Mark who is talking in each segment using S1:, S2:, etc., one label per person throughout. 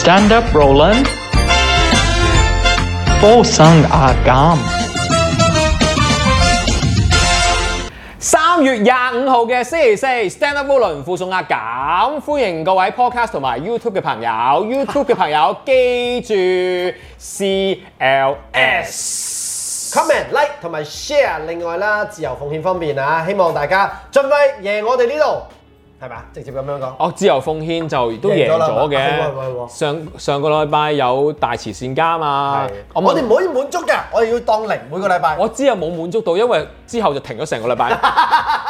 S1: Stand up, Roland. Vô sung a gam.
S2: 三月廿五號嘅星期四，Stand Up Volun 附送壓減，歡迎各位 Podcast 同埋 YouTube 嘅 朋友，YouTube 嘅朋友記住 CLS。
S3: comment、like 同埋 share。另外啦，自由奉獻方面啊，希望大家盡快贏我哋呢度，係咪啊？直接咁樣講。
S2: 哦，自由奉獻就都
S3: 贏
S2: 贏
S3: 咗啦
S2: 咗
S3: 係喎係
S2: 嘅
S3: 喎，
S2: 上上個禮拜有大慈善家嘛
S3: 係，
S2: 啊我
S3: 我哋唔可以滿足㗎，我哋要當零每個禮拜。
S2: 我知啊冇滿足到，因為之後就停咗成個禮 拜，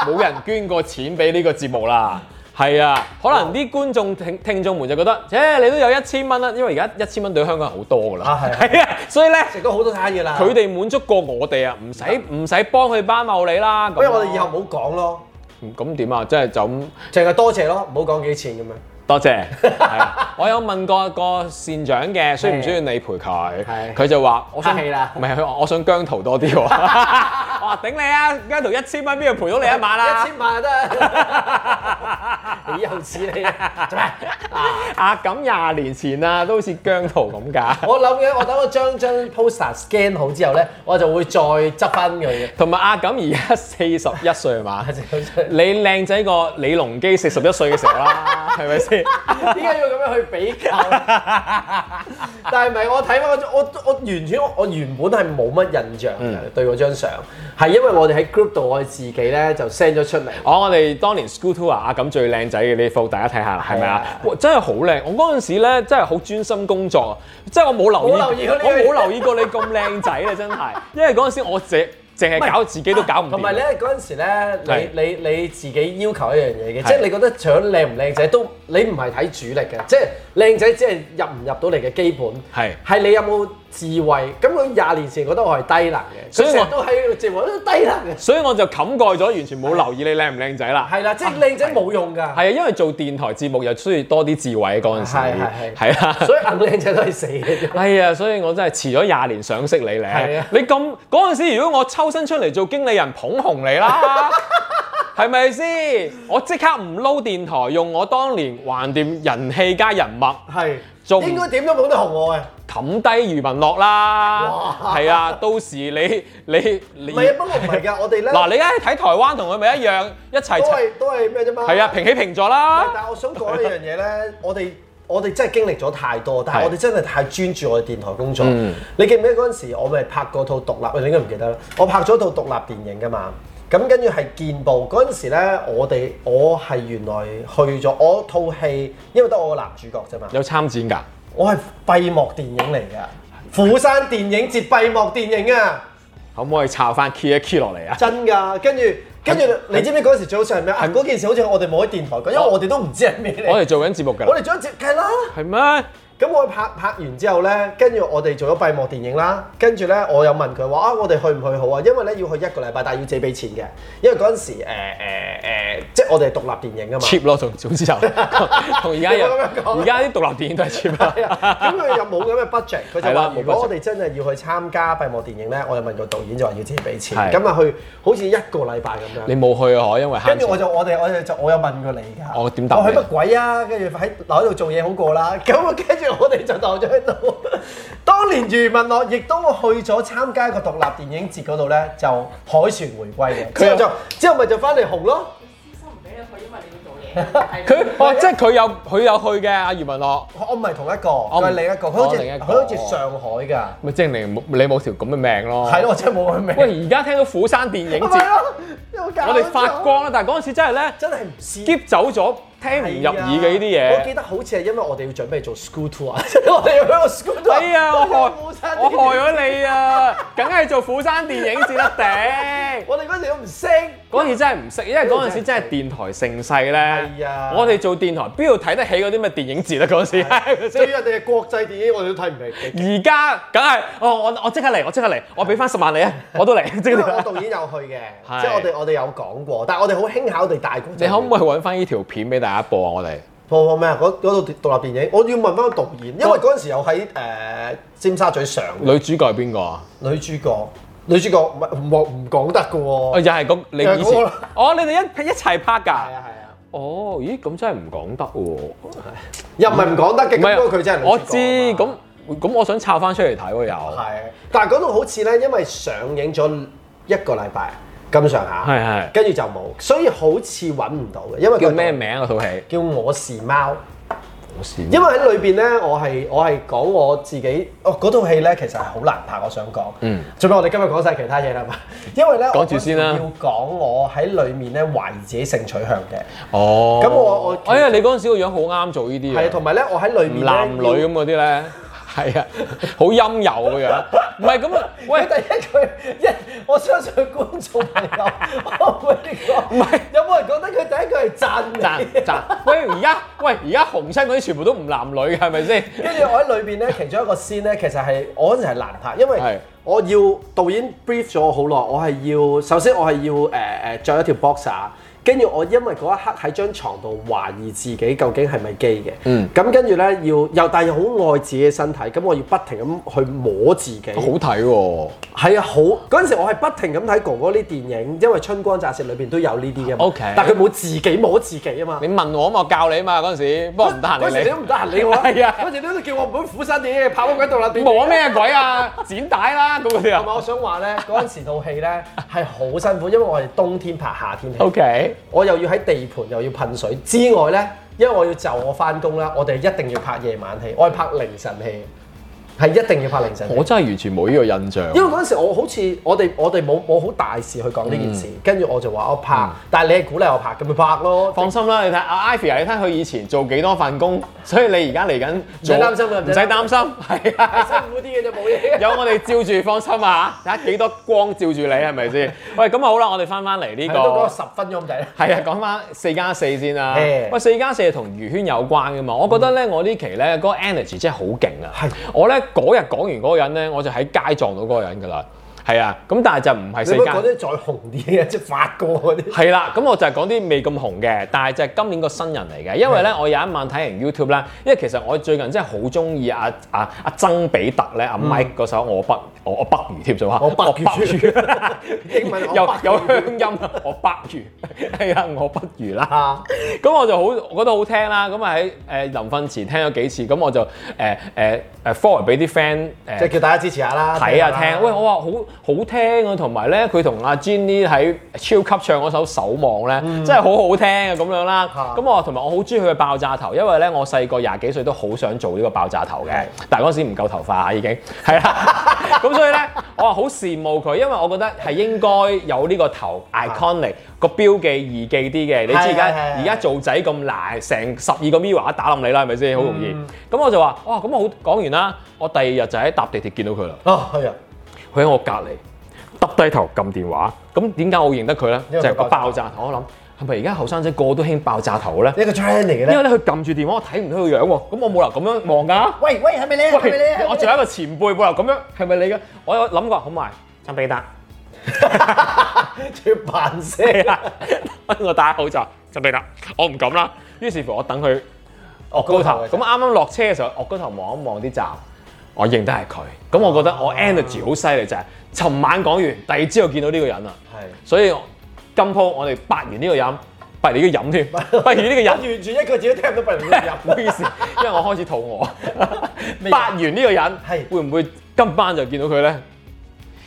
S2: 冇人捐過錢俾呢個節目啦。係啊，可能啲觀眾聽聽眾們就覺得，誒、你都有一千蚊啦，因為而家一千蚊對香港人好多㗎啦。
S3: 啊係啊
S2: 係啊，所以咧
S3: 食咗好多餐嘢啦。
S2: 佢哋滿足過我哋啊，唔使唔使幫佢班茂你啦。
S3: 不
S2: 咁啊
S3: 如我哋以後唔好講咯，
S2: 咁點啊？即係就咁
S3: 淨係多謝咯，唔好講幾錢咁樣。
S2: 多 謝。係啊，我有問過個善長嘅，需唔需要你陪佢？
S3: 係
S2: 佢就話：我想
S3: 客氣啦
S2: 唔係佢話我想姜濤多啲 喎。我話頂你啊！姜濤一千蚊邊度陪到你一晚啊啦？
S3: 一千萬就 得。你幼稚你啊做咩？
S2: 啊，咁廿年前啊，都好似姜濤咁㗎。
S3: 我諗嘅，我等我將張 poster scan 好之後咧，我就會再執翻佢嘅。
S2: 同埋阿錦而家四十一歲係 嘛？
S3: 點
S2: 你靚仔過李隆基四十一歲嘅時候啦，係咪先？
S3: 解要咁樣去比較？但係唔係我睇翻我我我完全我原本係冇乜印象嘅、
S2: 嗯
S3: 對嗰張相，係因為我哋喺 group 度我哋自己咧就 send 咗出嚟。
S2: 哦，我哋當年 school tour 啊，咁最靚仔嘅呢幅，大家睇下啦，係咪
S3: 係
S2: 啊
S3: 啊？
S2: 哇，真係好靚！我嗰陣時咧，真係好專心工作啊，即係我冇留意，
S3: 冇留意過呢
S2: 我
S3: 樣嘢
S2: 冇留意過你咁靚仔啊， 真係。因為嗰陣時我淨淨係搞自己都搞唔掂。啊
S3: 同埋咧嗰陣時咧
S2: 係，
S3: 你你你自己要求一樣嘢嘅，即
S2: 係
S3: 係你覺得除咗靚唔靚仔都，你唔係睇主力嘅，即係靚仔只係入唔入到嚟嘅基本，
S2: 係
S3: 係你有冇智慧。咁佢廿年前覺得我係低能嘅，
S2: 所以我
S3: 所以成日都喺個節目都低能嘅。
S2: 所以我就冚蓋咗，完全冇留意你靚唔靚仔啦。
S3: 係啦，即係靚仔冇用㗎，
S2: 係啊，因為做電台節目又需要多啲智慧啊嗰陣時，
S3: 係係係
S2: 係啊。
S3: 所以硬靚仔都係死嘅啫。
S2: 係啊，所以我真係遲咗廿年賞識你
S3: 係
S2: 咧
S3: 啊。
S2: 你咁嗰陣時，如果我抽身出嚟做經理人，捧紅你 啦，係咪先？我即刻唔撈電台，用我當年橫掂人氣加人脈，
S3: 係，
S2: 仲
S3: 應該點都冇得紅我嘅。
S2: 冚低余文樂啦。
S3: 哇
S2: 係啊，到時你你你
S3: 唔係啊，不過唔 係㗎，我哋咧
S2: 嗱，你而家睇台灣同佢咪一樣一齊
S3: 都係都係咩啫嘛。
S2: 係啊，平起平坐
S3: 唔係
S2: 啦。
S3: 但係我想講一樣嘢 咧，我哋我哋真係經歷咗太多，但
S2: 係
S3: 係我哋真係太專注我哋電台工作。
S2: 嗯
S3: 你記唔記得嗰陣時，我咪拍過套獨立，你應該唔記得啦。我拍咗套獨立電影㗎嘛。咁跟住係見報嗰陣時咧，我哋我係原來去咗我套戲，因為得我個男主角啫嘛。
S2: 有參展㗎，
S3: 我係閉幕電影嚟㗎，釜山電影節閉幕電影啊，
S2: 可唔可以抄翻 key 一 key 落嚟啊？
S3: 真㗎。跟住跟住，你知唔知嗰陣時最好笑係咩啊？嗰件事好似我哋冇喺電台講，因為我哋都唔知係咩
S2: 哦我
S3: 嚟。
S2: 哋做緊節目㗎
S3: 我
S2: 啦，
S3: 哋做一節梗係啦。
S2: 係咩？
S3: 咁我拍拍完之後呢，跟住我哋做咗閉幕電影啦，跟住呢，我有問佢話啊，我哋去唔去好啊？因為呢要去一個禮拜，但係要自己俾錢嘅，因為嗰陣時誒誒誒即係我哋係獨立電影啊嘛。
S2: cheap 咯，同總之就 同而家有
S3: 你冇咁樣講
S2: 而家啲獨立電影都係 cheap
S3: 係啊
S2: 啦。
S3: 咁佢又冇咁嘅 budget，佢
S2: 係
S3: 就
S2: 啦
S3: 話
S2: 冇
S3: 如果
S2: budget
S3: 我哋真係要去參加閉幕電影呢，我就問個導演就話要自己俾錢，
S2: 係
S3: 咁啊去好似一個禮拜咁樣。
S2: 你冇去啊？嗬，因為
S3: 跟
S2: 慳
S3: 住我
S2: 錢。
S3: 就我哋我哋就我有問過你㗎，
S2: 哦我點答你
S3: 我去乜鬼啊？跟住喺留喺度做嘢好過啦。 咁啊，跟住我哋就留咗喺度。 當年余文樂亦都去咗參加一個獨立電影節嗰度咧，就海船回歸嘅。
S2: 佢
S3: 之
S2: 又
S3: 後就之後咪就翻嚟紅咯。
S4: 唔俾你去，因為你要做嘢。
S2: 佢哦，即係佢有佢有去嘅阿余文樂，
S3: 我唔係同一個，
S2: 唔
S3: 佢係另一個。佢好似
S2: 哦另一
S3: 佢
S2: 個
S3: 好似上海㗎。
S2: 咪即係你冇你冇條咁嘅命咯。
S3: 係咯，我真係冇佢名。
S2: 喂，而家聽到釜山電影
S3: 唔係啊
S2: 節，
S3: 咯，有搞錯
S2: 我哋發光啦，但係嗰陣時真係咧
S3: 真係唔知。
S2: skip 走咗，聽唔入耳嘅呢
S3: 啊我記
S2: 啲嘢。
S3: 得好似係因為我哋要準備做 school tour，我哋要喺個 school tour。
S2: 哎呀，我害我害
S3: 咗。
S2: 咗你啊！梗係做釜山電影節啦，頂！
S3: 我哋嗰時都唔識。
S2: 嗰陣時真係唔識，因為嗰陣時真係電台盛世咧。
S3: 係啊
S2: 我哋做電台邊度睇得起嗰啲咩電影節啊？嗰陣時係咪
S3: 對
S2: 先
S3: 於人哋嘅國際電影，我哋都睇唔明嘅。
S2: 而家梗係，哦，我我即刻嚟，我即刻嚟，我俾翻十萬你啊，我 都嚟，即
S3: 因
S2: 刻
S3: 為我
S2: 嚟。
S3: 導演有去嘅，
S2: 係
S3: 即係我哋我哋有講過，但係我哋好輕巧地大過。
S2: 你可唔可以揾翻呢條片俾大家播啊？我哋
S3: 播播咩啊？嗰嗰套獨立電影，我要問翻個導演，因為嗰陣時又喺誒尖沙咀上
S2: 女主角係邊個啊？
S3: 女主角，女主角唔係唔唔講得嘅
S2: 哦，
S3: 喎。
S2: 又係咁，你
S3: 又係
S2: 以
S3: 嗰個
S2: 前
S3: 啦，
S2: 哦，你哋一一齊拍㗎
S3: 係。啊係啊。
S2: 哦，咦，咁真係唔講得喎。
S3: 又唔係唔講得嘅，
S2: 唔係
S3: 咁
S2: 啊
S3: 不過佢真係
S2: 我
S3: 女
S2: 知，
S3: 主角啊
S2: 咁
S3: 嘛
S2: 咁我想抄翻出嚟睇喎又。
S3: 係，但係嗰度好似咧，因為上映咗一個禮拜咁上下，
S2: 係係
S3: 跟住就冇，所以好似揾唔到嘅，因為
S2: 叫
S3: 嗰度
S2: 咩？名啊？套戲？
S3: 叫我是貓。
S2: 我試
S3: 因為喺裏邊咧，我係我係講我自己，哦嗰套戲咧其實係好難拍，我想講。
S2: 嗯。
S3: 最尾我哋今日講晒其他嘢啦嘛，因為咧
S2: 講住先啦
S3: 我要講我喺裏面咧懷疑自己性取向嘅，
S2: 哦。
S3: 咁我我
S2: 哎呀，你嗰陣時個樣好啱做呢啲
S3: 係啊
S2: 嘢。
S3: 同埋咧我喺裏面呢
S2: 男女咁嗰啲咧，係啊，好陰柔個樣。唔係咁 啊，
S3: 要。佢
S2: 喂，
S3: 第一句一，我相信觀眾朋 友，我會講，唔係有冇人覺得佢第一句係讚你
S2: 賺賺。喂，而家喂而家紅親嗰啲全部都唔男女嘅，係咪先？
S3: 跟住我喺裏邊咧，其中一個 scene 咧，其實係我嗰陣時係難拍，因
S2: 係
S3: 為我要導演 brief 咗我好耐，我係要首先我係要誒誒著一條 boxer，跟住我因為嗰一刻喺張床度懷疑自己究竟係咪基嘅，
S2: 嗯
S3: 咁跟住咧要又但係又好愛自己嘅身體，咁我要不停咁去摸自己，
S2: 好睇喎。
S3: 係啊好嗰陣時我係不停咁睇哥哥啲電影，因為春光乍泄裏邊都有呢啲嘅嘛
S2: OK
S3: 但佢冇自己摸自己啊嘛。
S2: 你問我啊嘛，我教你啊嘛嗰陣時，不過唔得閒
S3: 嗰
S2: 理
S3: 時
S2: 你
S3: 你都。唔得閒理我啦，
S2: 係啊
S3: 嗰時你都叫我唔好俯身啲，跑乜鬼獨立電影
S2: 摸咩鬼啊？剪帶啦咁嗰啲
S3: 同埋
S2: 啊。
S3: 我想話咧，嗰陣時套戲咧係好辛苦，因為我哋冬天拍夏天戲
S2: O K。
S3: 我又要喺地盤又要噴水之外咧，因為我要就我翻工啦，我哋一定要拍夜晚戲，我係拍凌晨戲，係一定要拍凌晨戲。
S2: 我真係完全冇呢個印象。
S3: 因為嗰陣時我好似我哋我哋冇冇好大事去講呢件事，
S2: 嗯
S3: 跟住、我就話我拍，但係你係鼓勵我拍，咁咪拍 咯。
S2: 放心啦，你睇阿 Ivy 啊，你睇佢以前做幾多份工，所以你而家嚟緊做
S3: 唔使擔心啊
S2: 唔使擔心，係啊，
S3: 辛苦啲嘅就冇嘢。
S2: 有我哋照住，放心啊，睇下幾多光照住你係咪 先？喂，咁啊好啦，我哋翻翻嚟呢
S3: 係都講咗
S2: 個。
S3: 十分鐘咁滯啦。
S2: 係啊，講翻四加四先啦。
S3: 誒
S2: 喂，四加四係同娛圈有關噶嘛？我覺得咧，我呢期咧嗰個 energy 真係好勁啊！
S3: 嗯係
S2: 我咧嗰日講完嗰個人咧，我就喺街撞到嗰個人噶啦。係啊，咁但係就唔係
S3: 你
S2: 四
S3: 唔
S2: 加
S3: 好講啲再紅啲嘅，即係發哥嗰啲。
S2: 係啦，咁我就係講啲未咁紅嘅，但係就係今年個新人嚟嘅。因為咧，我有一晚睇完 YouTube 啦，因為其實我最近真係好中意阿阿阿曾比特咧，阿 Mike 嗰首《我不我我不如》貼咗啊，
S3: 嗯我不如 英文我
S2: 有
S3: 不如
S2: 有鄉音啊，我不如 係啊，我不如啦。
S3: 啊！
S2: 咁我就好，我覺得好聽啦。咁啊喺誒臨瞓前聽咗幾次，咁我就誒誒誒 forward 俾啲 friend
S3: 即
S2: 誒
S3: 係叫大家支持下啦，
S2: 睇啊
S3: 下啦
S2: 聽。喂，我話好好聽啊，同埋咧佢同阿 Jenny 喺超級唱嗰首《守望》咧，
S3: 嗯
S2: 真係好好聽啊咁樣啦。
S3: 啊
S2: 咁我同埋我好中意佢嘅爆炸頭，因為咧我細個廿幾歲都好想做呢個爆炸頭嘅
S3: 係，
S2: 但係嗰時唔夠頭髮啊已 經係啦。咁所以咧，我話好羨慕佢，因為我覺得係應該有呢個頭 iconic 個標記易記啲嘅。你知而家
S3: 係係係係
S2: 而家做仔咁難，成十二個 mirror 打冧你啦，係咪先？好容易。
S3: 嗯
S2: 咁、我就話，哇！咁我好講完啦，我第二日就喺搭地鐵見到佢啦。
S3: 哦，係啊，
S2: 佢喺我隔離，耷低頭撳電話。咁點解我認得佢咧？
S3: 因為
S2: 就
S3: 佢
S2: 係個爆炸頭。我諗係咪而家後生仔個個都興爆炸頭咧？
S3: 呢個 trend 嚟嘅
S2: 因為
S3: 咧。
S2: 咧佢撳住電話，我睇唔到佢樣喎。咁我冇理由咁樣望㗎。
S3: 喂喂，係咪你？啊係咪你
S2: 喂，我仲有一個前輩，冇理由咁樣，係咪你嘅？我有諗過，好 埋曾比特。
S3: 仲要扮聲
S2: 係啦，我戴口罩，就俾啦，我唔敢啦。於是乎，我等佢
S3: 哦，
S2: 高頭，咁啱啱落車嘅時候，我高頭望一望啲站，我認得係佢。咁我覺得我 energy 好犀利，就係尋晚講完，第二朝就見到呢個人啦。
S3: 係
S2: 所以今鋪我哋八完呢個飲，八完呢個飲 添，八完呢個
S3: 我
S2: 飲。
S3: 完全一個字都聽唔到，不如
S2: 唔好
S3: 入
S2: 意思，因為我開始肚餓。
S3: 咩
S2: 八完呢個人，
S3: 係
S2: 會唔會今班就見到佢咧？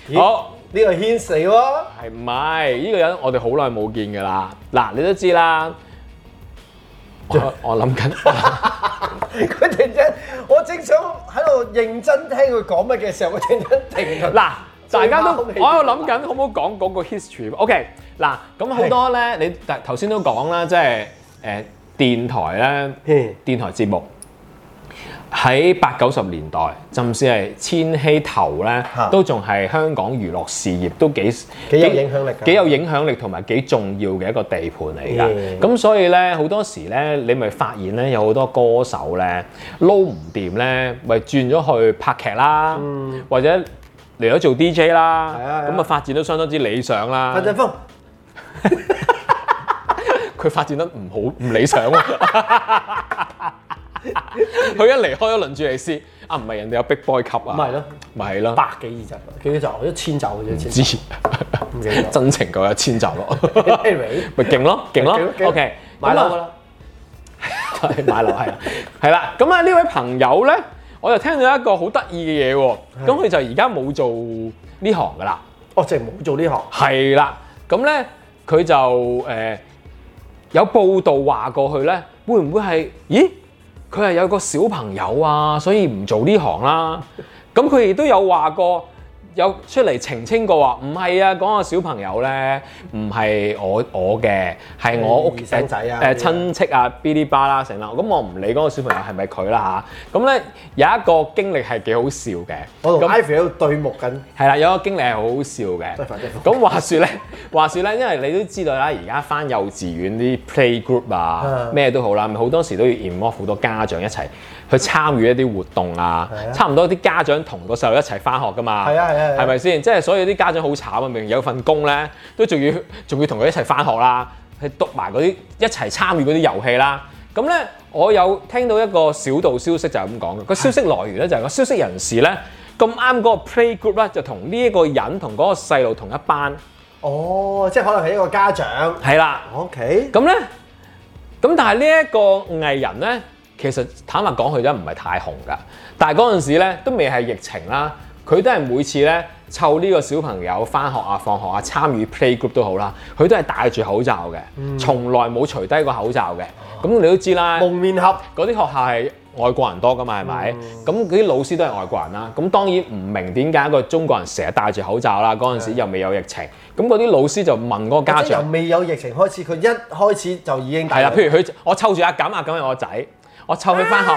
S3: 咦
S2: 好。
S3: 呢個牽死喎。
S2: 係唔係？呢、個人我哋好耐冇見㗎啦。嗱，你都知啦。我我諗緊，
S3: 佢突然間，我正想喺度認真聽佢講乜嘅時候，佢突然間停咗。
S2: 嗱，大家都
S3: 啊
S2: 我
S3: 最貓尾
S2: 喺度諗緊，好唔好講嗰個 history。OK，嗱，咁好多咧，你頭先都講啦，即係誒電台咧
S3: 嗯，
S2: 電台節目喺八九十年代，甚至係千禧頭咧
S3: 嚇，
S2: 都仲係香港娛樂事業都幾
S3: 幾有影響力㗎
S2: 幾有影響力同埋幾重要嘅一個地盤嚟㗎。
S3: 嗯
S2: 咁所以咧，好多時咧，你咪發現咧，有好多歌手咧撈唔掂咧，咪轉咗去拍劇啦，或者嚟咗做 DJ 啦
S3: 嗯係啊係，啊
S2: 咁啊發展都相當之理想啦
S3: 范。振峰，
S2: 佢發展得唔好唔理想喎。 佢一離開咗輪住嚟試，啊唔係人哋有 Big Boy 級啊，
S3: 咪係咯，
S2: 咪係咯，
S3: 百幾二十，幾多集？一千集嘅啫，
S2: 唔
S3: 千集。
S2: 知。
S3: 唔記得咗
S2: 真情夠一千集咯，
S3: Anyway，
S2: 咪勁咯，勁咯
S3: 勁勁
S2: ，OK，
S3: 買樓
S2: 咁
S3: 㗎
S2: 啊
S3: 啦，
S2: 係買樓係啦，係啦，咁啊呢位朋友咧，我就聽到一個好得意嘅嘢喎，咁佢就而家冇做呢行噶啦。
S3: 我哦淨係冇做呢行，
S2: 係啦，咁咧佢就誒、呃有報道話過去咧，會唔會係？咦，佢係有個小朋友啊，所以唔做呢行啦。咁佢亦都有話過，有出嚟澄清過話，唔係啊，講個小朋友咧唔係我我嘅，係我屋企
S3: 係生仔啊
S2: 誒
S3: 嗰啲啊
S2: 親戚啊，嗶哩吧啦成啦。咁我唔理嗰個小朋友係咪佢啦吓，咁咧有一個經歷係幾好笑嘅。
S3: 我同
S2: 咁
S3: Ivy 喺度對目緊，
S2: 係啦，有一個經歷係好好笑嘅
S3: 真係煩真係。煩
S2: 咁話說咧， 話說咧，因為你都知道啦，而家翻幼稚園啲 playgroup 啊，
S3: 嗯
S2: 咩都好啦，咪好多時都要 involve 好多家長一齊去參與一啲活動啊
S3: 係啊。
S2: 差唔多啲家長同個細路一齊翻學噶嘛。
S3: 係啊係啊係啊
S2: 係咪先？即係所以啲家長好慘啊，明明有份工咧，都仲要 仲要同佢一齊翻學啦，去讀埋嗰啲一齊參與嗰啲遊戲啦。咁咧，我有聽到一個小道消息就係咁講嘅，個消息來源咧就係個消息人士咧咁啱嗰個 play group 咧就同呢一個人同嗰個細路同一班，
S3: 哦，即係可能係一個家長
S2: 係啦。
S3: ，OK，
S2: 咁咧，咁但係呢一個藝人咧，其實坦白講，佢都唔係太紅噶。但係嗰陣時咧，都未係疫情啦，佢都係每次咧湊呢個小朋友翻學啊、放學啊、參與 playgroup 都好啦，佢都係戴住口罩嘅，從來冇除低個口罩嘅。咁你都知啦，
S3: 蒙面俠，
S2: 嗰啲學校係外國人多噶嘛，係咪？咁嗰啲老師都係外國人啦。咁當然唔明點解一個中國人成日戴住口罩啦。嗰陣時又未有疫情，咁嗰啲老師就問嗰個家
S3: 即係
S2: 長
S3: 由。未有疫情開始，佢一開始就已經
S2: 係啦，譬
S3: 如
S2: 如佢我湊住阿錦，阿錦係我仔，我湊佢翻學，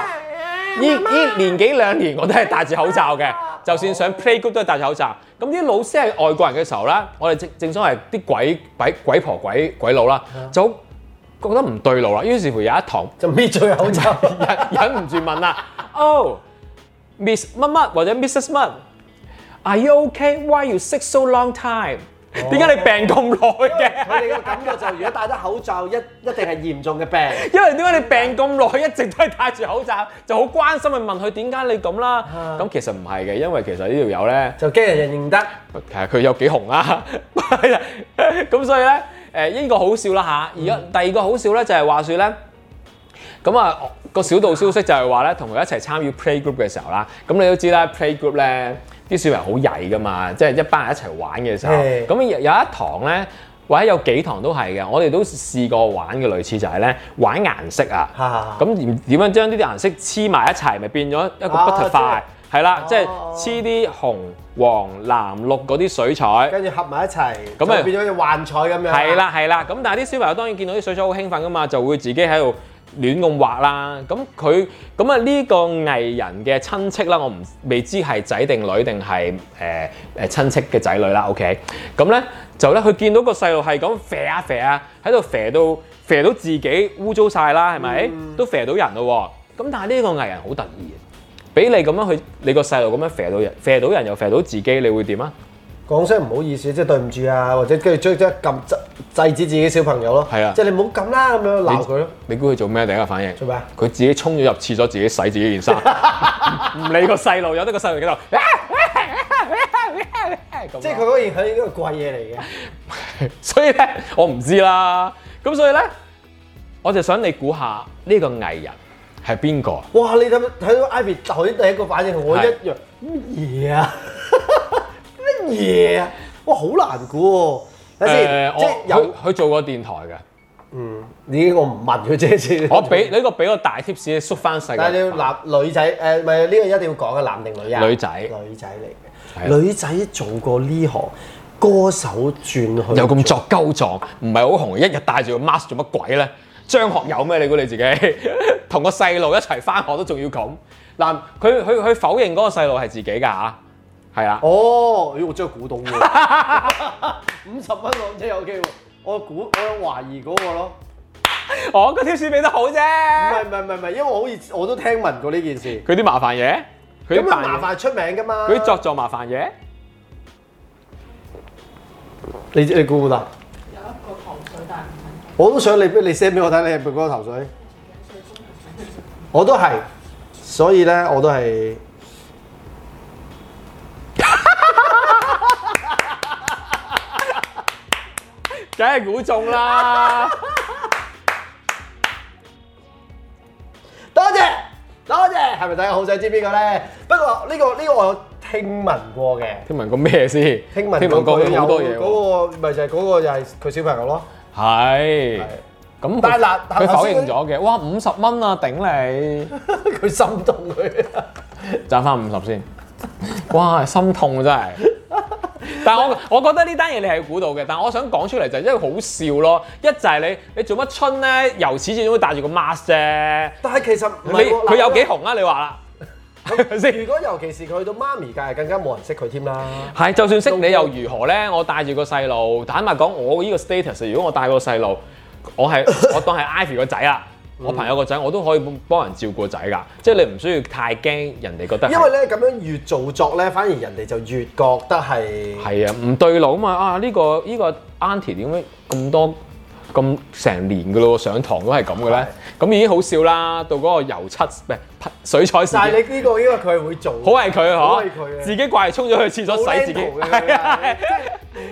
S2: 依依年幾兩年我都係戴住口罩 嘅，就算上 playgroup 都係戴住口罩。咁啲老師係外國人嘅時候咧，我哋正正所謂啲鬼鬼鬼婆鬼鬼佬啦，就覺得唔對路啦，於是乎有一堂
S3: 就搣咗佢口罩，
S2: 忍忍唔住問啦，哦，Miss 乜乜或者 Mrs 乜，Are you okay? Why you sick so long time？點解你病咁耐 嘅？
S3: 佢哋嘅感覺就如果戴得口罩，一一定係嚴重嘅病。
S2: 因為點解你病咁耐，一直都係戴住口罩，就好關心去問佢點解你咁啦。
S3: 啊
S2: 咁其實唔係嘅，因為其實呢條友咧，
S3: 就驚人認得，
S2: 其實佢有幾紅啦。 係啊咁所以咧，誒英國好笑啦嚇。而家第二個好笑咧，就係話説咧。咁啊，個小道消息就係話咧，同佢一齊參與 playgroup 嘅時候啦，咁你都知啦，playgroup 咧啲小朋友好曳噶嘛，即係一班人一齊玩嘅時候，
S3: 係
S2: 咁有有一堂咧，或者有幾堂都係嘅，我哋都試過玩嘅類似就係咧玩顏色啊
S3: 啊，
S2: 咁點點樣將呢啲顏色黐埋一齊，咪變咗一個
S3: 啊
S2: butterfly，係啦，即係
S3: 哦
S2: 黐啲紅、黃、藍、綠嗰啲水彩。
S3: 跟住合埋一齊，
S2: 咁
S3: 咁
S2: 咪
S3: 咪變咗要幻彩咁樣。啊
S2: 係，啦係啦，咁但係啲小朋友當然見到啲水彩好興奮噶嘛，就會自己喺度亂咁畫啦。咁佢咁啊呢個藝人嘅親戚啦，我唔未知係仔定女定係誒誒親戚嘅仔女啦。OK，咁咧就咧佢見到個細路係咁啡啊啡啊，喺度啡到啡到自己污糟晒啦，係咪？
S3: 嗯
S2: 都啡到人咯喎。咁但係呢個藝人好得意嘅，俾你咁樣去你個細路咁樣啡到人，啡到人又啡到自己，你會點啊？
S3: 講聲唔好意思，即係對唔住啊，或者跟住即即撳制制止自己小朋友咯。
S2: 係啊
S3: 即係你唔好咁啦，咁樣鬧佢咯。
S2: 你估佢做咩？第一個反應
S3: 做咩
S2: 佢自己衝咗入廁所，自己洗自己件 衫，啊唔理個細路，有得個細 路喺度。
S3: 即係佢嗰件係應該係貴嘢嚟嘅。
S2: 所以咧，我唔知啦。咁所以咧，我就想你估下呢個藝人係邊個？
S3: 哇！你睇睇到 Ivy 頭先第一個反應同我一
S2: 係
S3: 樣，乜嘢啊？ 乜嘢啊？哇！好難估喎。睇
S2: 誒
S3: 先，即係
S2: 呃我佢
S3: 有
S2: 佢做過電台嘅。
S3: 嗯，已經我唔問佢啫先。
S2: 我俾你呢個俾個大 tips，你縮翻細個。
S3: 但係你要男女仔誒，唔係呢個一定要講嘅男定女啊？
S2: 女仔
S3: 女仔
S2: 係啊
S3: 嚟
S2: 啦
S3: 嘅，女仔做過呢行，歌手轉去
S2: 又咁
S3: 做
S2: 作鳩撞，唔係好紅，一日戴住個 mask 做乜鬼咧？張學友咩？你估你自己 同個細路一齊翻學都仲要咁？嗱，佢佢佢否認嗰個細路係自己㗎嚇，係啊啦，
S3: 哦，咦！我真係估到喎， 五十蚊我真係有機會。我估我有懷疑嗰個咯，
S2: 我個 tips 俾得好啫，
S3: 唔係唔係唔係唔係，因為我好似我都聽聞過呢件事。
S2: 佢啲麻煩嘢，佢啲
S3: 咁啊
S2: 扮
S3: 麻
S2: 嘢，
S3: 煩出名噶嘛？
S2: 佢啲作作麻煩嘢，
S3: 你你估唔得？
S4: 有一個糖水，但係唔係
S3: 我都想你你 send 俾我睇，你係咪嗰個頭水？我都係，所以咧我都係。
S2: 梗係估中啦！
S3: 多謝多謝，係咪大家好想知邊個咧？不過呢、個呢、個我有聽聞過嘅，
S2: 聽聞過咩先？
S3: 聽聞
S2: 聽聞過佢好多嘢喎。
S3: 嗰、個咪就係嗰個就係佢小朋 友咯。
S2: 係
S3: 係。
S2: 咁
S3: 但係
S2: 佢
S3: 嗱但係
S2: 佢否
S3: 頭先
S2: 認咗嘅。哇，五十蚊啊，頂你！
S3: 佢心痛佢，
S2: 賺翻五十先。哇，心痛啊真係。但係我我覺得呢單嘢你係估到嘅，但我想講出嚟就係因為好笑咯。一就係你你做乜春咧？由始至終都戴住個 mask 啫。
S3: 但係其實唔
S2: 你
S3: 係喎
S2: 佢有幾？
S3: 嗱
S2: 紅啊？你話啦，係咪
S3: 如
S2: 先？
S3: 果尤其是佢去到媽咪界，更加冇人識佢添啦。
S2: 係，就算識你又如何咧？我帶住個細路，坦白講，我呢個 status，如果我帶個細路，我 係我當係 Ivy 個仔啦，
S3: 嗯
S2: 我朋友個仔，我都可以幫人照顧個仔㗎。即係你唔需要太驚人哋覺得係。
S3: 因為咧咁樣越做作咧，反而人哋就越覺得係
S2: 係啊，唔對路啊嘛！啊，呢、個呢、個 auntie 點解咁多咁成年嘅咯？上堂都係咁嘅咧，咁已經好笑啦。到嗰個油漆唔係噴水彩事
S3: 但
S2: 件，
S3: 係你呢個因為佢係會做，
S2: 好係佢嗬
S3: 好係佢，啊
S2: 自己怪衝咗去廁所洗自己，
S3: 好 靚圖嘅
S2: 係啊係啊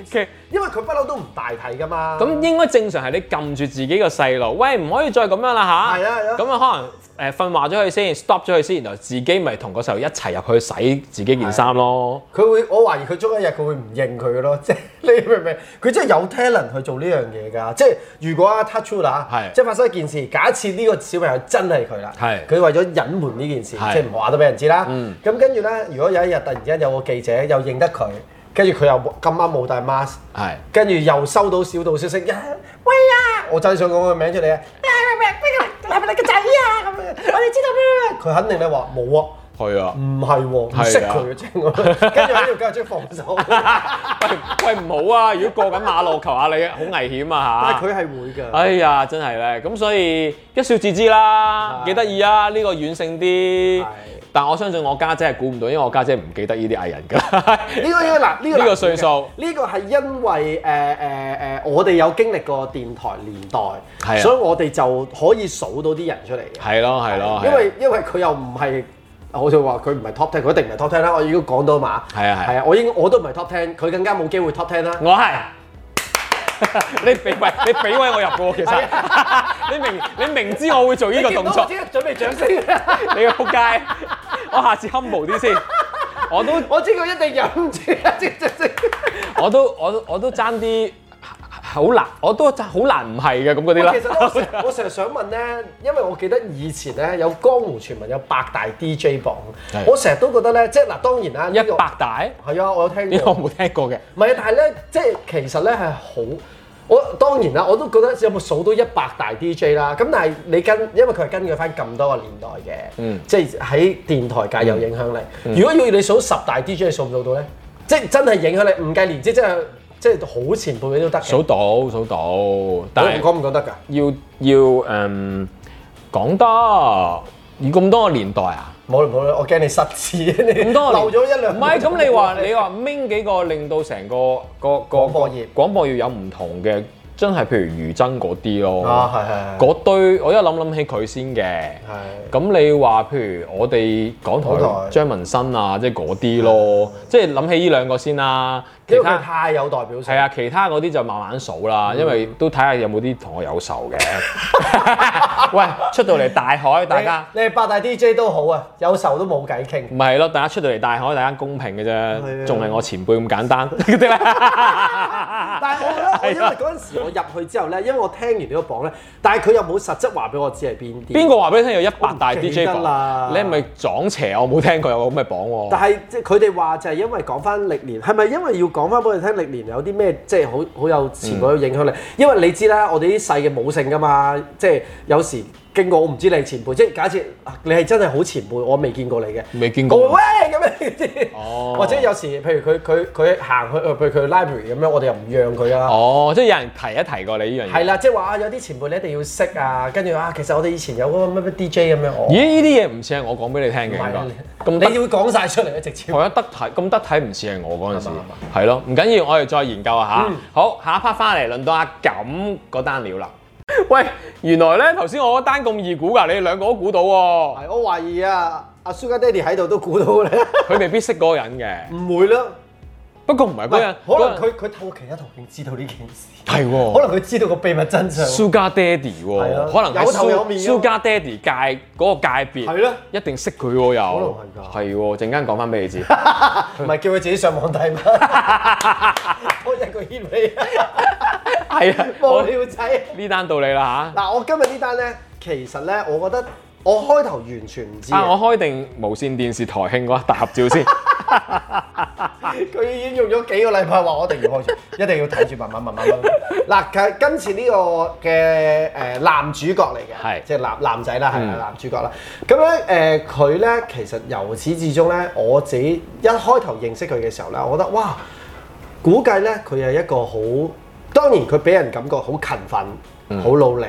S2: 其實
S3: 因為佢不嬲都唔大體噶嘛。
S2: 咁應該正常係你撳住自己個細路，喂唔可以再咁樣啦
S3: 係啊係啊
S2: 吓，咁啊可能誒訓話咗佢先，stop 咗佢先，然後自己咪同個細路一齊入去洗自己件衫咯。
S3: 佢會，我懷疑佢終一日佢會唔認佢嘅咯， 即係你明唔明？佢真係有 talent 去做呢樣嘢㗎，即係如果啊 touch wood 啊
S2: 係
S3: 即係發生一件事，假設呢個小朋友真係佢啦，
S2: 係
S3: 佢為咗隱瞞呢件事，
S2: 係
S3: 即係唔話得俾人知啦。
S2: 嗯
S3: 咁跟住咧，如果有一日突然間有個記者又認得佢，跟住佢又冇咁啱冇戴 mask，
S2: 係
S3: 跟住又收到小道消息，呀喂啊！我真係想講個名出嚟啊！呀喂喂喂係咪你個仔啊？咁樣我哋知道咩？佢肯定咧話冇啊。
S2: 係啊。
S3: 唔係喎，唔
S2: 係啊
S3: 識佢嘅啫，我跟住喺度繼續防 守，
S2: 喂喂，唔好啊！如果過緊馬路，求下你，好危險
S3: 但係
S2: 啊嚇！
S3: 佢係會㗎。
S2: 哎呀，真係咧，咁所以一笑置之啦，
S3: 係
S2: 幾得意啊！呢、個軟性啲
S3: 係，
S2: 但我相信我家姐係估唔到，因為我家姐唔記得呢啲藝人 㗎。
S3: 呢個應該嗱，呢個
S2: 呢個
S3: 難
S2: 歲數
S3: 嘅呢個係因為誒誒誒，我哋有經歷過電台年
S2: 係
S3: 代，
S2: 啊
S3: 所以我哋就可以數到啲人出嚟嘅。
S2: 係咯係咯，係啊
S3: 因為因為佢又唔係。好似話佢唔係 top ten，佢一定唔係 top ten 啦。我已經講到嘛，
S2: 係啊係啊
S3: 係啊，我已經我都唔係 top ten，佢更加冇機會 top ten 啦。
S2: 我係。 你俾喂，你俾位我入嘅喎，其實
S3: 係
S2: 你明你明知我會做呢個動作
S3: 你，見到我即刻準備掌聲。
S2: 你個仆街，我下次 humble 啲先，我都
S3: 我知佢一定忍唔 住啊！即即即
S2: 我都我都我都爭啲好難，我都爭好難唔係嘅咁嗰啲啦。
S3: 其實咧，我成我成日想問咧，因為我記得以前咧有江湖傳聞有百大 DJ 榜
S2: 係，
S3: 我成日都覺得咧，即係嗱當然啦，呢
S2: 一
S3: 個
S2: 百大？呢
S3: 係啊，我有聽
S2: 個
S3: 過，
S2: 我冇聽過嘅。
S3: 唔係啊，但係咧，即係其實咧係好。我當然啦，我都覺得有冇數到一百大 DJ 啦。咁但係你跟，因為佢係根據翻咁多個年代嘅，
S2: 嗯
S3: 即係喺電台界有影響力。如果要你數十大 DJ，你數唔數到咧？即係真係影響力，唔計年資，即係即係好前輩嘅都得嘅。
S2: 數到數到，但
S3: 我
S2: 係
S3: 講唔講得㗎？
S2: 要要誒講得要咁多個年代啊！
S3: 冇啦冇啦，我驚你失智，咁
S2: 咁多個
S3: 漏
S2: 年
S3: 咗一兩。
S2: 唔係咁，你話你話掹幾個令到成個個個
S3: 廣播業
S2: 廣播業有唔同嘅，真係譬如餘真嗰啲
S3: 啊，
S2: 咯，
S3: 係係
S2: 嗰堆我一諗諗起佢先嘅。
S3: 係
S2: 咁你話譬如我哋港
S3: 港台
S2: 台張文新啊，即係嗰啲咯，即係諗起呢兩個先啦，
S3: 因
S2: 其
S3: 為
S2: 他
S3: 佢。太有代表性。
S2: 係啊，，其他嗰啲就慢慢數
S3: 嗯
S2: 啦，因為都睇下有冇啲同我有仇嘅。 喂，出到嚟大海，大家
S3: 你係八大 DJ 都好啊，有仇都冇偈傾。
S2: 唔係咯，大家出到嚟大海，大家公平嘅
S3: 啊
S2: 啫，仲係我前輩咁簡單 嗰啲啦。
S3: 但係 我覺得，我因
S2: 啊
S3: 為嗰陣時我入去之後咧，因為我聽完呢個榜咧，但係佢又冇實質話俾我知係邊啲。
S2: 邊？個話俾你聽有一百大
S3: 我唔記
S2: DJ
S3: 得啦
S2: 榜？你係咪撞邪？我冇聽過有個咁嘅榜
S3: 但
S2: 喎。
S3: 係即係佢哋話就係因為講翻歷年，係咪因為要講翻俾我哋聽歷年有啲咩即係好好有前輩有影
S2: 嗯
S3: 響力？因為你知啦，我哋啲細嘅冇性噶嘛，即係有時經過我唔知你係前輩，即係假設啊你係真係好前輩，我未見過你嘅，
S2: 未見過
S3: 我會喂咁樣，
S2: 嗯哦
S3: 或者有時譬如佢佢佢行去呃譬如佢 library 咁樣，我哋又唔讓佢啊。
S2: 哦，即係有人提一提過你呢樣
S3: 係
S2: 嘢。
S3: 啦，即係話啊，有啲前輩你一定要識啊，跟住啊，其實我哋以前有嗰個乜乜 DJ 咁樣，我哦
S2: 咦？呢啲嘢唔似係我講俾你聽嘅，
S3: 唔係啊
S2: 應該
S3: 你
S2: 咁
S3: 你
S2: 得
S3: 要講晒出嚟啊，直接。
S2: 我覺得得體咁得體唔似係我嗰陣時
S3: 係嘛，
S2: 係咯，唔緊要，我哋再研究下嚇。好，下一 part 翻嚟，輪到阿錦嗰單料啦。喂，原來咧頭先我嗰單咁易估㗎，你哋兩個都估到喎、
S3: 係，我 懷疑啊，阿 Sugar Daddy 喺度都估到咧，
S2: 佢未必識嗰個人嘅。
S3: 唔會啦，
S2: 不過唔係
S3: 唔係
S2: 嗰樣，
S3: 可能
S2: 嗰樣
S3: 佢佢透過其他途徑知道呢件事，
S2: 係喎，
S3: 可能佢知道個秘密真相。
S2: Sugar Daddy
S3: 係啊
S2: 喎，可能喺
S3: 有頭有面啊
S2: Su- Sugar Daddy 界嗰個界別，
S3: 係咯
S2: 一定識佢喎又，
S3: 能係
S2: 係
S3: 㗎
S2: 喎，陣間講翻俾你知。
S3: 唔係叫佢自己上 網睇嘛？我一個牽你
S2: 係啊，
S3: 無
S2: 我
S3: 聊仔。
S2: 呢單到你啦
S3: 嗱，我今日呢單咧，其實咧，我覺得我開頭完全唔知
S2: 嚇，啊
S3: 嘅，
S2: 我開定無線電視台慶嗰一大合照先，
S3: 佢已經用咗幾個禮拜話我一定要開住，一定要睇住慢慢慢 慢慢慢。嗱，其實今次呢個嘅誒男主角嚟嘅，
S2: 係
S3: 即係男男仔啦，係啦
S2: 嗯
S3: 男主角啦。咁咧誒，佢咧其實由始至終咧，我自己一開頭認識佢嘅時候咧，我覺得哇，估計咧佢係一個好，當然佢俾人感覺好勤奮、
S2: 嗯
S3: 好努力、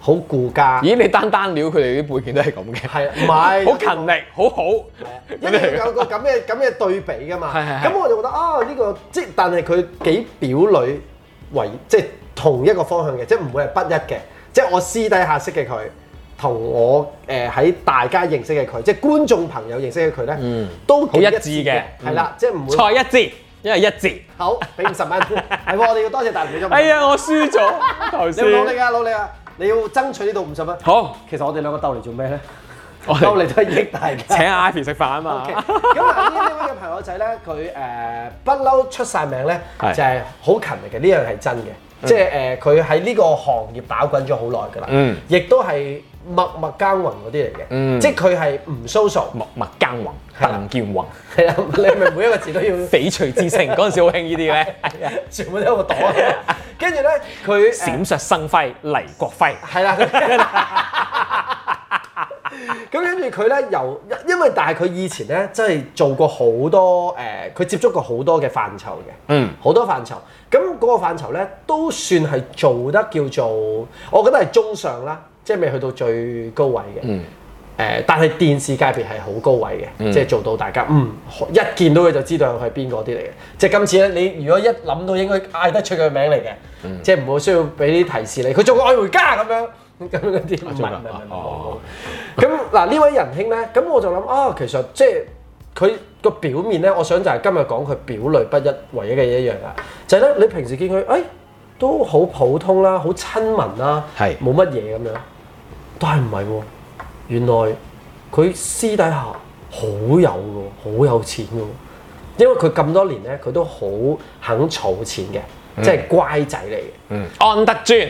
S3: 好顧家。
S2: 咦你單單料佢哋啲背景都係咁嘅，
S3: 係啊，唔 係
S2: 好勤力，好好，
S3: 啊 因為有個咁嘅咁 嘅對比噶嘛。
S2: 係係係
S3: 咁我就覺得啊，呢、個即係但係佢幾表裏為即係同一個方向嘅，即係唔會係不一嘅。即係我私底下識嘅佢，同我誒喺、大家認識嘅佢，即係觀眾朋友認識嘅佢咧，
S2: 嗯
S3: 都
S2: 好
S3: 幾
S2: 一致嘅，嗯
S3: 係啦，即 係唔會
S2: 錯一字，因為一字。
S3: 好俾五十 蚊，係喎，我哋要多謝大龍俾咗。
S2: 哎，呀，我輸咗頭
S3: 你要努力
S2: 先。
S3: 啊，努力啊！你要爭取呢度五十蚊。
S2: 好，
S3: 其實我哋兩個鬥嚟做咩咧？
S2: 我
S3: 鬥
S2: 哋
S3: 嚟都係益大家。
S2: 請阿 Ivy 食飯啊
S3: OK，
S2: 嘛。
S3: 咁啊呢呢位嘅朋友仔咧，佢誒不嬲出晒名咧，
S2: 係
S3: 就係嗯好勤力嘅，呢樣係真嘅。即係誒，呃佢喺呢個行業打滾咗好耐㗎啦，
S2: 嗯
S3: 亦都係默默耕耘嗰啲嚟嘅，
S2: 嗯
S3: 即係佢係唔 social，
S2: 默默耕耘，
S3: 係啦
S2: 鄧建宏，
S3: 係啊， 你係咪每一個字都要
S2: 翡翠之星嗰陣時好興呢啲咧，
S3: 全部都有個朵啊，跟住咧佢誒
S2: 閃爍生輝，黎國輝，
S3: 係啦。咁跟住佢咧，由因因為但係佢以前咧，真係做過好多誒，呃佢、接觸過好多嘅範疇嘅，
S2: 嗯，
S3: 好多範疇。咁嗰個範疇咧，都算係做得叫做，我覺得係中上啦，即係未去到最高位嘅。
S2: 嗯
S3: 誒、但係電視界別係好高位嘅，即係做到大家嗯一見到佢就知道佢係邊個啲嚟嘅。即係今次咧，你如果一諗到應該嗌得出佢嘅名嚟嘅，
S2: 嗯
S3: 即係唔會需要俾啲提示你。佢做個愛回家咁樣咁樣嗰啲，
S2: 啊
S3: 唔係唔係唔係冇冇
S2: 哦
S3: 冇咁嗱呢位仁兄咧，咁我就諗啊，其實即係佢個表面咧，我想就係今日講佢表裏不一唯一嘅一樣啦，就係、呢，咧你平時見佢誒、哎都好普通啦，好親民啦，
S2: 係
S3: 冇乜嘢咁樣，但係唔係喎。原來佢私底下好有嘅喎，好有錢嘅喎，因為佢咁多年咧，佢都好肯儲錢嘅，即係乖仔嚟嘅。
S2: 嗯，安德尊，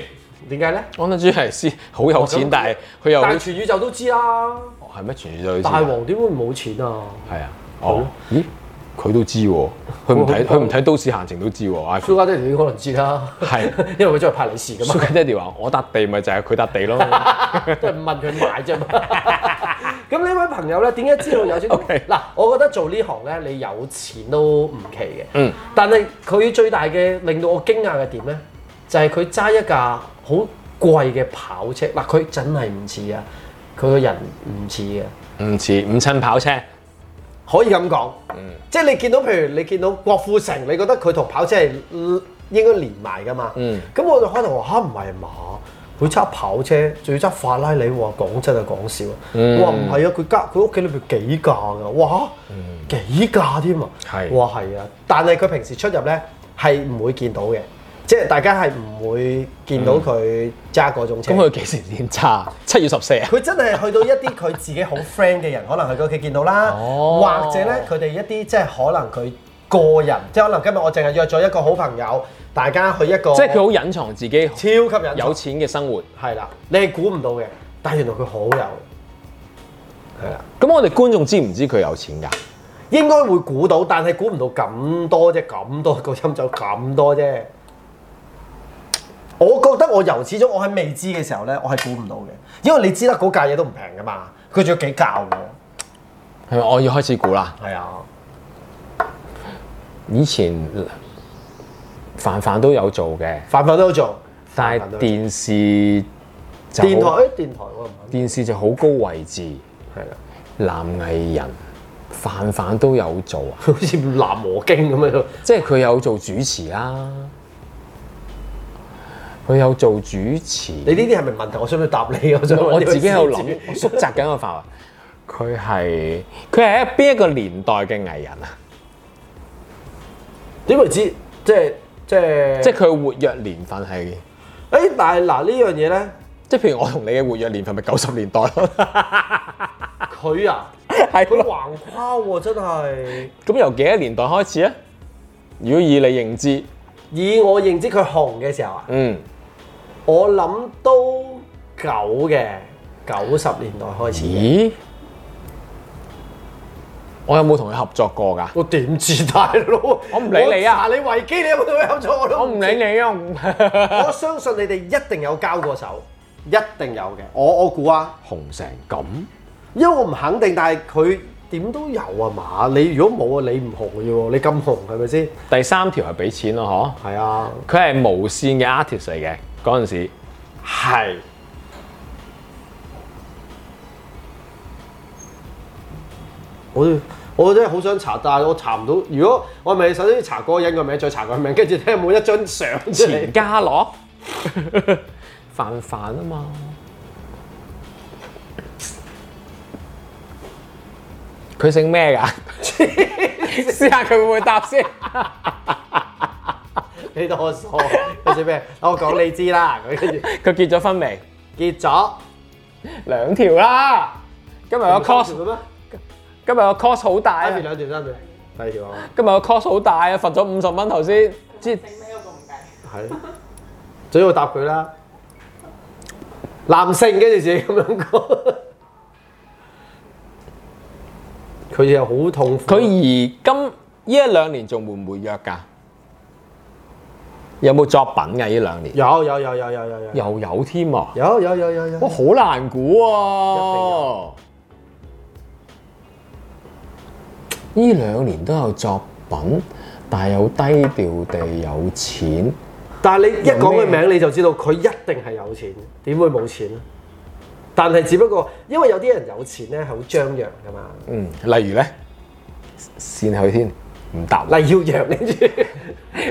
S3: 點解咧？
S2: 安德尊係先好有錢，但係佢又好哦
S3: 但係全宇宙都知啦，
S2: 係咩全宇宙
S3: 大王點會冇錢啊？
S2: 係啊，哦，咦，佢都知喎，佢唔睇佢唔睇都市閒情都知喎
S3: 蘇家爹哋可能知啦，
S2: 係
S3: 因為佢真係派利是噶嘛。
S2: ，Sugar Daddy 話我笪地咪就係佢笪地咯，
S3: 都係問佢買啫嘛。 咁呢位朋友咧，點解知道有錢？嗱
S2: OK
S3: 我覺得做呢行咧，你有錢都唔奇嘅。
S2: 嗯。
S3: 但係佢最大嘅令到我驚訝嘅點咧，就係佢揸一架好貴嘅跑車。嗱，佢真係唔似啊，佢個人唔似嘅。
S2: 唔似五親跑車，
S3: 可以咁講，
S2: 嗯
S3: 即係你見到譬如你見到郭富城，你覺得佢同跑車係嗯應該連埋噶嘛？咁、
S2: 嗯
S3: 我就開頭話吓唔係嘛，佢揸跑車，仲要揸法拉利喎，我話講真係啊講笑，
S2: 嗯
S3: 我話唔係啊，佢家佢屋企裏邊幾架㗎，哇幾架添啊，
S2: 係
S3: 哇係啊，但係佢平時出入咧係唔會見到嘅，即係大家係唔會見到佢揸嗰種車。
S2: 嗯咁佢幾時先差？七月十 四啊？
S3: 佢真係去到一啲佢自己好 friend 嘅人，可能喺佢屋企見到啦，
S2: 哦
S3: 或者咧佢哋一啲即係可能佢個人，即係可能今日我淨係約咗一個好朋友，大家去一個，
S2: 即係佢好隱藏自 己
S3: 超級人
S2: 有錢嘅生活。
S3: 係啦，你係估唔到嘅，但係原來佢好有，係啦，
S2: 咁我哋觀眾知唔知佢有錢㗎？
S3: 應該會估到，但係估唔到咁多啫，咁多個音就咁多啫。我覺得我由始終我喺未知嘅時候咧，我係估唔到嘅，因為你知啦，嗰架嘢都唔平噶嘛，佢仲有幾教喎，
S2: 係咪我要開始估啦？
S3: 係啊。
S2: 以前凡凡都有做嘅，
S3: 凡凡都有做，
S2: 但
S3: 凡
S2: 係
S3: 凡都有
S2: 電視就
S3: 做電台
S2: 好
S3: 誒電台我唔肯
S2: 電視就好高位置，
S3: 係啦，
S2: 男藝人凡凡都有做啊！
S3: 好似南和經咁樣，
S2: 即係佢有做主持啦，佢有做主持。
S3: 你呢啲係咪問題？我想唔想答你？我想
S2: 我我自己喺度諗，我縮窄緊個範圍。 佢係佢係喺邊一個年代嘅藝人啊？
S3: 點為之即係即係
S2: 即係佢活躍年份係，
S3: 誒？但係嗱呢樣嘢咧，
S2: 即係譬如我同你嘅活躍年份咪九十年代咯，
S3: 佢啊，
S2: 係
S3: 佢
S2: 咯。
S3: 橫跨喎，真係。
S2: 咁由幾多年代開始啊？如果以你認知，
S3: 以我認知佢紅嘅時候啊，
S2: 嗯，
S3: 我諗都九嘅九十年代開始嘅。
S2: 咦？我有冇同佢合作過㗎？
S3: 我點知大佬？
S2: 我唔理你啊
S3: 我查你維基，你有冇同佢合作？我都
S2: 我唔理
S3: 知。
S2: 你啊！
S3: 我相信你哋一定有交過手，一定有嘅。我我估啊，
S2: 紅成咁，
S3: 因為我唔肯定，但係佢點都有啊嘛。你如果冇啊，你唔紅嘅喎，你咁紅係咪先？
S2: 第三條係俾錢咯，
S3: 係啊，
S2: 嗬？佢係無線嘅 artist 嚟嘅嗰陣時，
S3: 係。我我真係好想查，但係我查唔到。如果我係咪首先要查嗰個人個名，再查佢個名，跟住睇有冇一張相出
S2: 錢
S3: 嚟？
S2: 嘉 樂范范啊嘛。佢姓咩㗎？ 試下佢會唔會答先？
S3: 你都我傻，你知咩？我講你知啦。咁跟住
S2: 佢結咗婚未？
S3: 結 咗。
S2: 兩條啦。今日個 cost，
S3: 嘅咩？
S2: 今日個 cost 好大
S3: 一
S2: 啊
S3: 條！兩條三條，第二條啊，
S2: 今日個 cost 好大啊！罰咗五十蚊頭先。即
S4: 姓咩嗰個唔計，
S3: 係。最好答佢啦。男性跟住自己咁樣講， 佢又好痛苦。
S2: 佢而今呢一兩年仲會唔會約㗎？有冇作品㗎？呢兩年
S3: 有有有有有有有
S2: 又有添啊！
S3: 有有有
S2: 哇，
S3: 有有。
S2: 好難估
S3: 有
S2: 啊！呢兩年都有作品，但係有低調地有錢。
S3: 但係你一講佢名你就知道佢一定係有錢，點會冇錢咧？但係只不過因為有啲人有錢咧係好張揚㗎嘛，
S2: 嗯，例如咧，善佢添，唔答啦。
S3: 黎耀揚跟住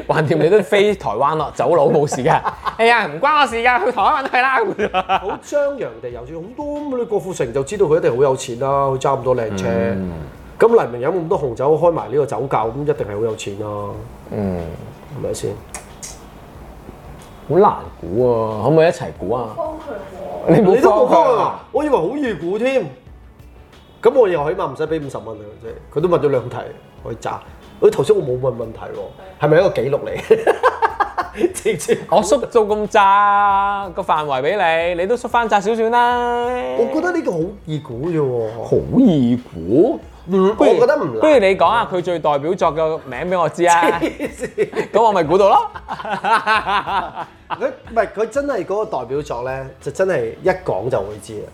S2: 橫掂你都飛台灣咯， 走佬冇事㗎。哎呀，唔關我事㗎，去台灣去啦。
S3: 好張揚地有錢好多咁，你郭富城就知道佢一定好有錢啦，佢揸咁多靚車。咁黎明飲咁多紅酒，開埋呢個酒窖，咁一定係好有錢啦，
S2: 嗯，
S3: 係咪先？
S2: 好難估啊！可唔可以一齊估啊？
S4: 幫佢喎，
S2: 你
S3: 你都
S2: 幫
S3: 冇
S2: 佢
S3: 幫啊！我以為好易估添。咁我又起碼唔使俾五十蚊佢即係佢都問咗兩題，可以炸。佢頭先我冇問問題喎，係咪一個記錄嚟？ 直接
S2: 我縮到咁窄個範圍俾你，你都縮翻窄少少啦。
S3: 我覺得呢個好易估啫喎。
S2: 好易估，
S3: 我覺得唔
S2: 不如
S3: 難。
S2: 你講下佢最代表作嘅名俾我知 啊，
S3: 黐線
S2: 咁我咪估到咯。
S3: 佢唔係佢真係嗰個代表作咧，就真係一講就會知啊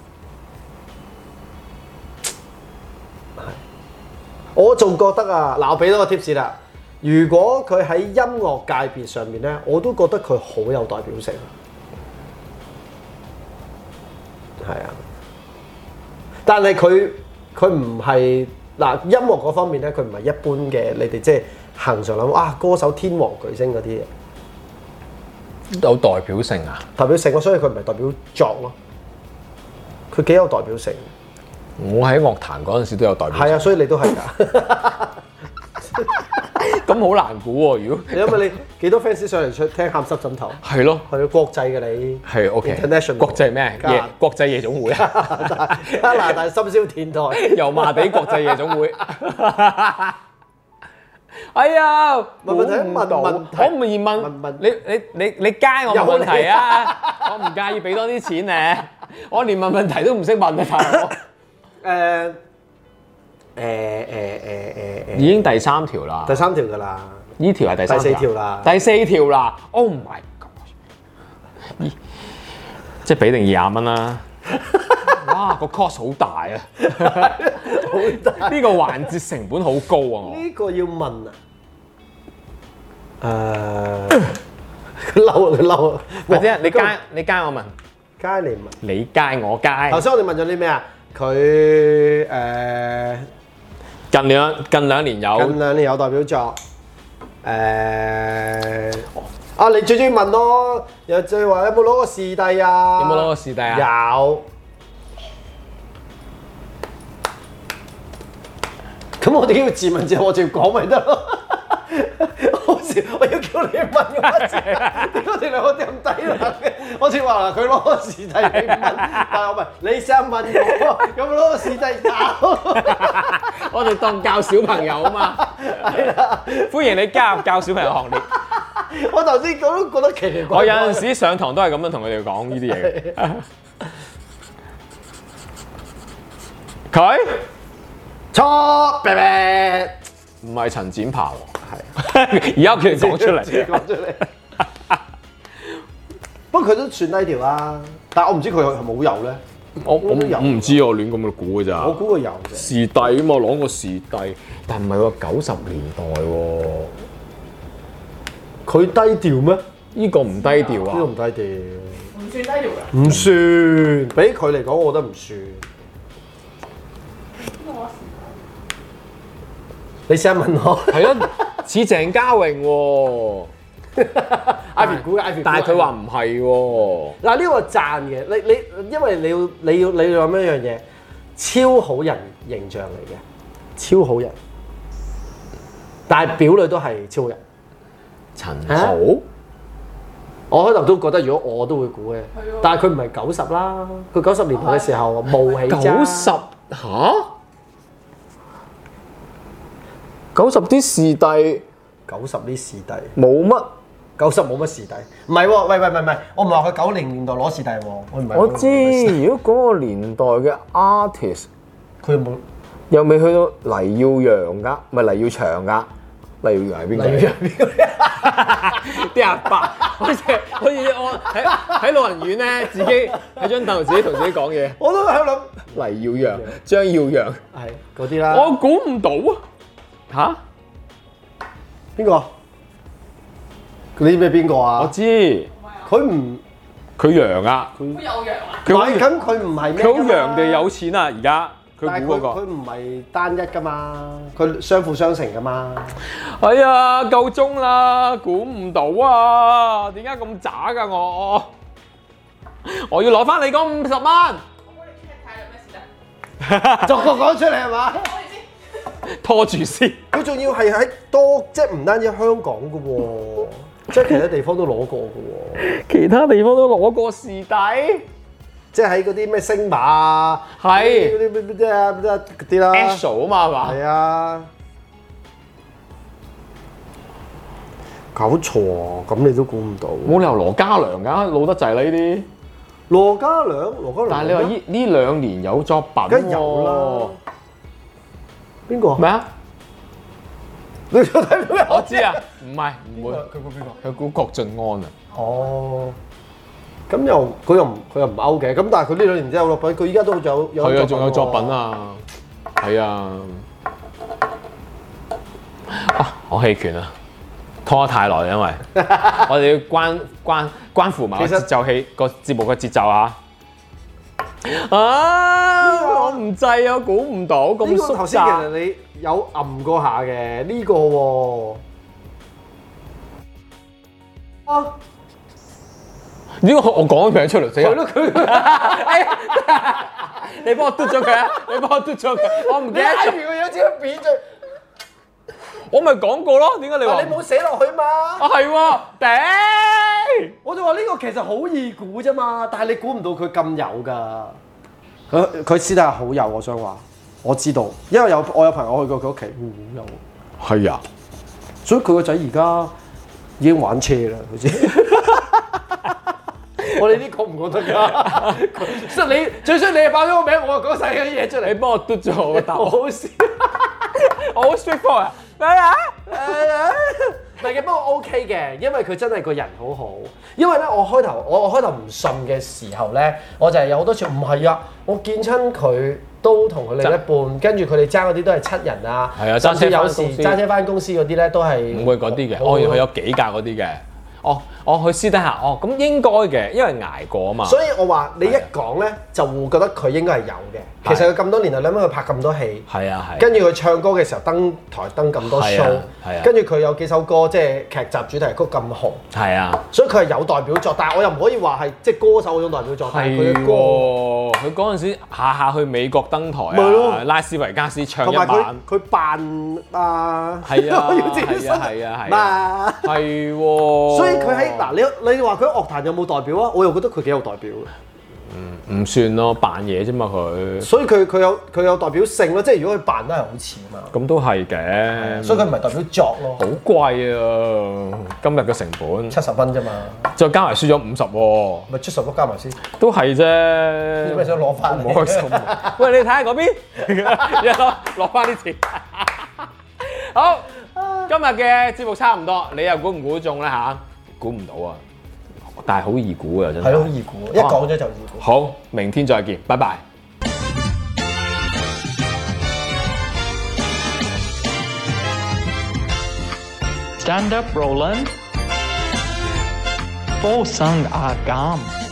S3: 啦。係我仲覺得啊，嗱，我俾多個 tips 啦。如果佢喺音樂界別上面咧，我都覺得佢好有代表性。係啊，但係佢佢唔係嗱音樂嗰方面咧，佢唔係一般嘅，你哋即係行上諗啊歌手天王巨星嗰啲嘢。
S2: 有代表性啊！
S3: 代表性咯，所以佢唔係代表作咯。佢幾有代表性，
S2: 我喺樂壇嗰陣時都有代表
S3: 係啊，所以你都係㗎。
S2: 咁好難估喎。如果
S3: 你因為你幾多 fans 上嚟出聽喊濕枕頭，
S2: 係咯，
S3: 係要國際嘅你，
S2: 係 OK。
S3: international
S2: 國際咩？
S3: 加
S2: 夜
S3: 拿
S2: 國際夜總會啊，
S3: 大 加拿大深宵電台，
S2: 油麻地國際夜總會。哎呀，估
S3: 問問題
S2: 唔
S3: 問
S2: 到
S3: 問題
S2: 我唔易
S3: 問
S2: 問
S3: 問
S2: 你你你你加我冇問題啊！ 我唔介意俾多啲錢咧，我連問問題都唔識問啊， 大佬。
S3: 誒誒誒誒誒誒，
S2: 已經第三條啦
S3: 第，三條㗎啦，
S2: 呢條係第三
S3: 第四條啦
S2: 第四條啦，Oh my god！咦即係俾定二廿 蚊啦，哇個 cost 好大啊！
S3: 好大。
S2: 呢個環節成本好高啊！我
S3: 呢個要問啊，誒， 佢嬲啊佢嬲啊，
S2: 或者你加你加我問，
S3: 佳嚟問。
S2: 你加我加。
S3: 頭先我哋問咗啲咩啊？佢誒。
S2: 近兩近兩年有
S3: 近兩年有代表作，誒、啊，你最中意問咯，又最話有冇攞過視帝啊？
S2: 有冇攞過視帝啊
S3: 有。咁我點解要自問自答？我直接講咪得咯。 好笑！我要叫你問我乜字？點解我哋兩個咁低能嘅？我似話嗱，佢攞個試題你問，但係我唔係你試下問我，有冇攞個試題搞？
S2: 我哋當教小朋友啊嘛，
S3: 係啦，
S2: 歡迎你加入教小朋友行列。
S3: 我頭先我都覺得奇怪。
S2: 我有陣時上堂都係咁樣同佢哋講呢啲嘢嘅。佢
S3: 錯，啤啤
S2: 唔係陳展鵬喎，
S3: 係
S2: 而家佢哋講出
S3: 自己
S2: 嚟。
S3: 講出嚟。不過佢都算低調啦，啊但係我唔知佢有冇有咧。
S2: 我我我唔知我亂咁樣估嘅咋
S3: 我。估佢有嘅。
S2: 視帝啊嘛，攞個視帝，但唔係喎九十年代喎，
S3: 佢低調咩？呢
S2: 呢個唔低調
S3: 個
S2: 啊。
S3: 唔低調，
S4: 唔算低調㗎。
S3: 唔算。俾佢嚟講，我覺得唔算。
S4: 呢個我時
S3: 你試下問 我。
S2: 係啊， 似鄭嘉穎喎，
S3: Ivy 估嘅，Ivy 估嘅
S2: 但係佢話唔係喎。
S3: 嗱呢個讚嘅，你你因為你要你要你要諗一樣嘢，超好人形象嚟嘅，超好人，但係表裏都係超人。
S2: 陳
S3: 啊
S2: 豪
S3: 我開頭都覺得如果我都會估嘅
S4: 係喎，
S3: 但係佢唔係九十啦，佢九十年代嘅時候冒起
S2: 九十吓？九十啲視帝
S3: 九十呢視帝，
S2: 冇乜，
S3: 九十冇乜視帝，唔係喎，喂喂喂喂，我唔係話佢九零年代攞視帝喎，我唔係話佢
S2: 我
S3: 攞視
S2: 知
S3: 帝。
S2: 如果嗰個年代嘅 artist
S3: 佢有冇
S2: 又未去到黎耀揚噶，唔係黎耀祥噶。黎耀揚係邊個
S3: 黎
S2: 嚟
S3: 耀
S2: 㗎？
S3: 祥表裏？
S2: 啲阿伯好似好似我喺喺老人院咧，自己喺張凳度自己同自己講嘢。
S3: 我都喺度諗，
S2: 黎耀揚、張耀揚，
S3: 係嗰啲啦。
S2: 我估唔到啊！
S3: 邊個？你知唔知邊個
S2: 嚇，我
S3: 啊？
S2: 知
S3: 佢唔
S2: 佢揚啊，
S4: 好有樣啊！
S2: 佢
S3: 佢
S2: 好
S3: 咁，佢唔係咩
S2: 佢
S3: 㗎
S2: 好
S3: 嘛
S2: 揚地，有錢啊！而家
S3: 但係
S2: 佢估
S3: 佢
S2: 嗰個
S3: 佢，唔係單一噶嘛，佢相輔相成噶嘛。
S2: 哎呀，夠鐘啦，估唔到啊！點解咁渣㗎我？我要攞翻你嗰五十蚊，
S4: 我幫你 check 下有咩事得。
S3: 逐個講出嚟係嘛？
S4: 我哋先。
S2: 拖住先。
S3: 佢仲要係喺多，即係唔單止香港噶喎，即係其他地方都攞過噶喎，
S2: 其他地方都攞過視帝。
S3: 即係喺嗰啲咩星馬啊，
S2: 係
S3: 嗰啲咩咩啊咩啊嗰啲啦，
S2: Asho 啊嘛係嘛？
S3: 係啊。搞錯啊！咁你都估唔到。
S2: 冇理由羅嘉良㗎，老得滯啦呢啲。
S3: 羅家良，羅家良
S2: 但係你話呢呢兩年有作品喎，
S3: 嗯梗係有啦邊個啊？
S2: 咩啊？
S3: 你 睇到咩？
S2: 我知啊，唔係唔會，
S3: 佢估邊個？
S2: 佢估郭晉安啊。
S3: 哦，咁又佢又唔佢又唔 out 嘅，咁但係佢呢兩年真係有作品，佢依家都有有
S2: 佢啊，
S3: 品
S2: 仲有作品
S3: 喎！
S2: 啊，係啊，啊，我棄權啊，拖得太耐啦，啊因為 我哋要關關關乎埋個
S3: 其實
S2: 節奏器個節目嘅節奏啊。啊！我唔制啊，估唔到咁
S3: 呢個頭
S2: 縮
S3: 先其實
S2: 窄。
S3: 你有暗過下嘅呢個喎，
S2: 哦
S3: 啊
S2: 呢個我講咗佢出嚟，死啦哎
S3: 係！咯佢
S2: 你幫我嘟咗佢啊！你幫我嘟咗佢，我唔記得咗。
S3: 住個樣只扁咗，
S2: 我咪講過咯，點解啊你話
S3: 但你冇寫落去嘛？
S2: 啊係喎，頂！
S3: 我就話呢個其實好易估啫嘛，但係你估唔到佢咁有㗎。佢佢私底下好有，我想話，我知道，因為有我有朋友去過佢屋企，好有。
S2: 係啊，
S3: 所以佢個仔而家已經玩車啦，好似。 我哋啲講唔講得㗎？ 即係你最衰你係爆咗個名，我講晒嗰啲嘢出
S2: 你
S3: 嚟，
S2: 幫我嘟咗我個答案，
S3: 好好 笑。
S2: 我好 straightforward 啊！咩啊？
S3: 唔係嘅，不過 OK 嘅，因為佢真係個人好好。因為咧，我開頭我我開頭唔信嘅時候咧，我就係有好多次唔係啊，我見親佢都同佢另一半，跟住佢哋揸嗰啲都係七人啊，
S2: 係啊揸車
S3: 甚至有
S2: 返公
S3: 時
S2: 司
S3: 揸車翻公司嗰啲咧都係
S2: 唔會嗰啲嘅，
S3: 好好
S2: 我原來佢有幾架嗰啲嘅，哦，哦，佢私底下，哦，咁應該嘅，因為捱過啊嘛。
S3: 所以我話你一講咧，就會覺得佢應該係有嘅。其
S2: 係
S3: 實佢咁多年啊嚟，你諗下佢拍咁多戲，
S2: 係啊，係。
S3: 跟住佢唱歌嘅時候登台登咁多
S2: 係啊
S3: show，
S2: 係啊
S3: 跟住佢有幾首歌即係劇集主題曲咁紅，
S2: 係啊。
S3: 所以佢係有代表作，但係我又唔可以話係即係歌手嗰種代表作，但係
S2: 係
S3: 佢嘅歌。
S2: 喎，佢嗰陣時下下去美國登台
S3: 咪咯
S2: 啊，拉斯維加斯唱
S3: 同
S2: 一
S3: 埋佢
S2: 晚，
S3: 佢扮啊，
S2: 係啊
S3: 我要自己
S2: 係啊係啊係
S3: 啊
S2: 啊，哦係喎。
S3: 所以佢喺嗱你你話佢喺樂壇有冇代表啊？我又覺得佢幾有代表嘅。
S2: 唔算咯，扮嘢啫嘛佢，
S3: 所以佢佢有佢有代表性咯，即係如果佢扮得係好似嘛，
S2: 咁都係嘅。
S3: 所以佢唔係代表作咯
S2: 好，貴啊！今日嘅成本，
S3: 七十蚊啫嘛，
S2: 再加埋輸咗五十喎，
S3: 咪七十蚊加埋先，
S2: 都係啫。
S3: 有咩想攞翻嚟
S2: 嗯唔開心啊。喂，你睇下嗰邊， 一攞攞翻啲錢。 好，今日嘅節目差唔多，你又估唔估中咧吓？估唔到啊！但係好易估啊，真
S3: 係咯，好
S2: 係。
S3: 易估，一講咗就易估。
S2: 好，明天再見，拜拜。
S1: Stand up, Roland. Poção a gama.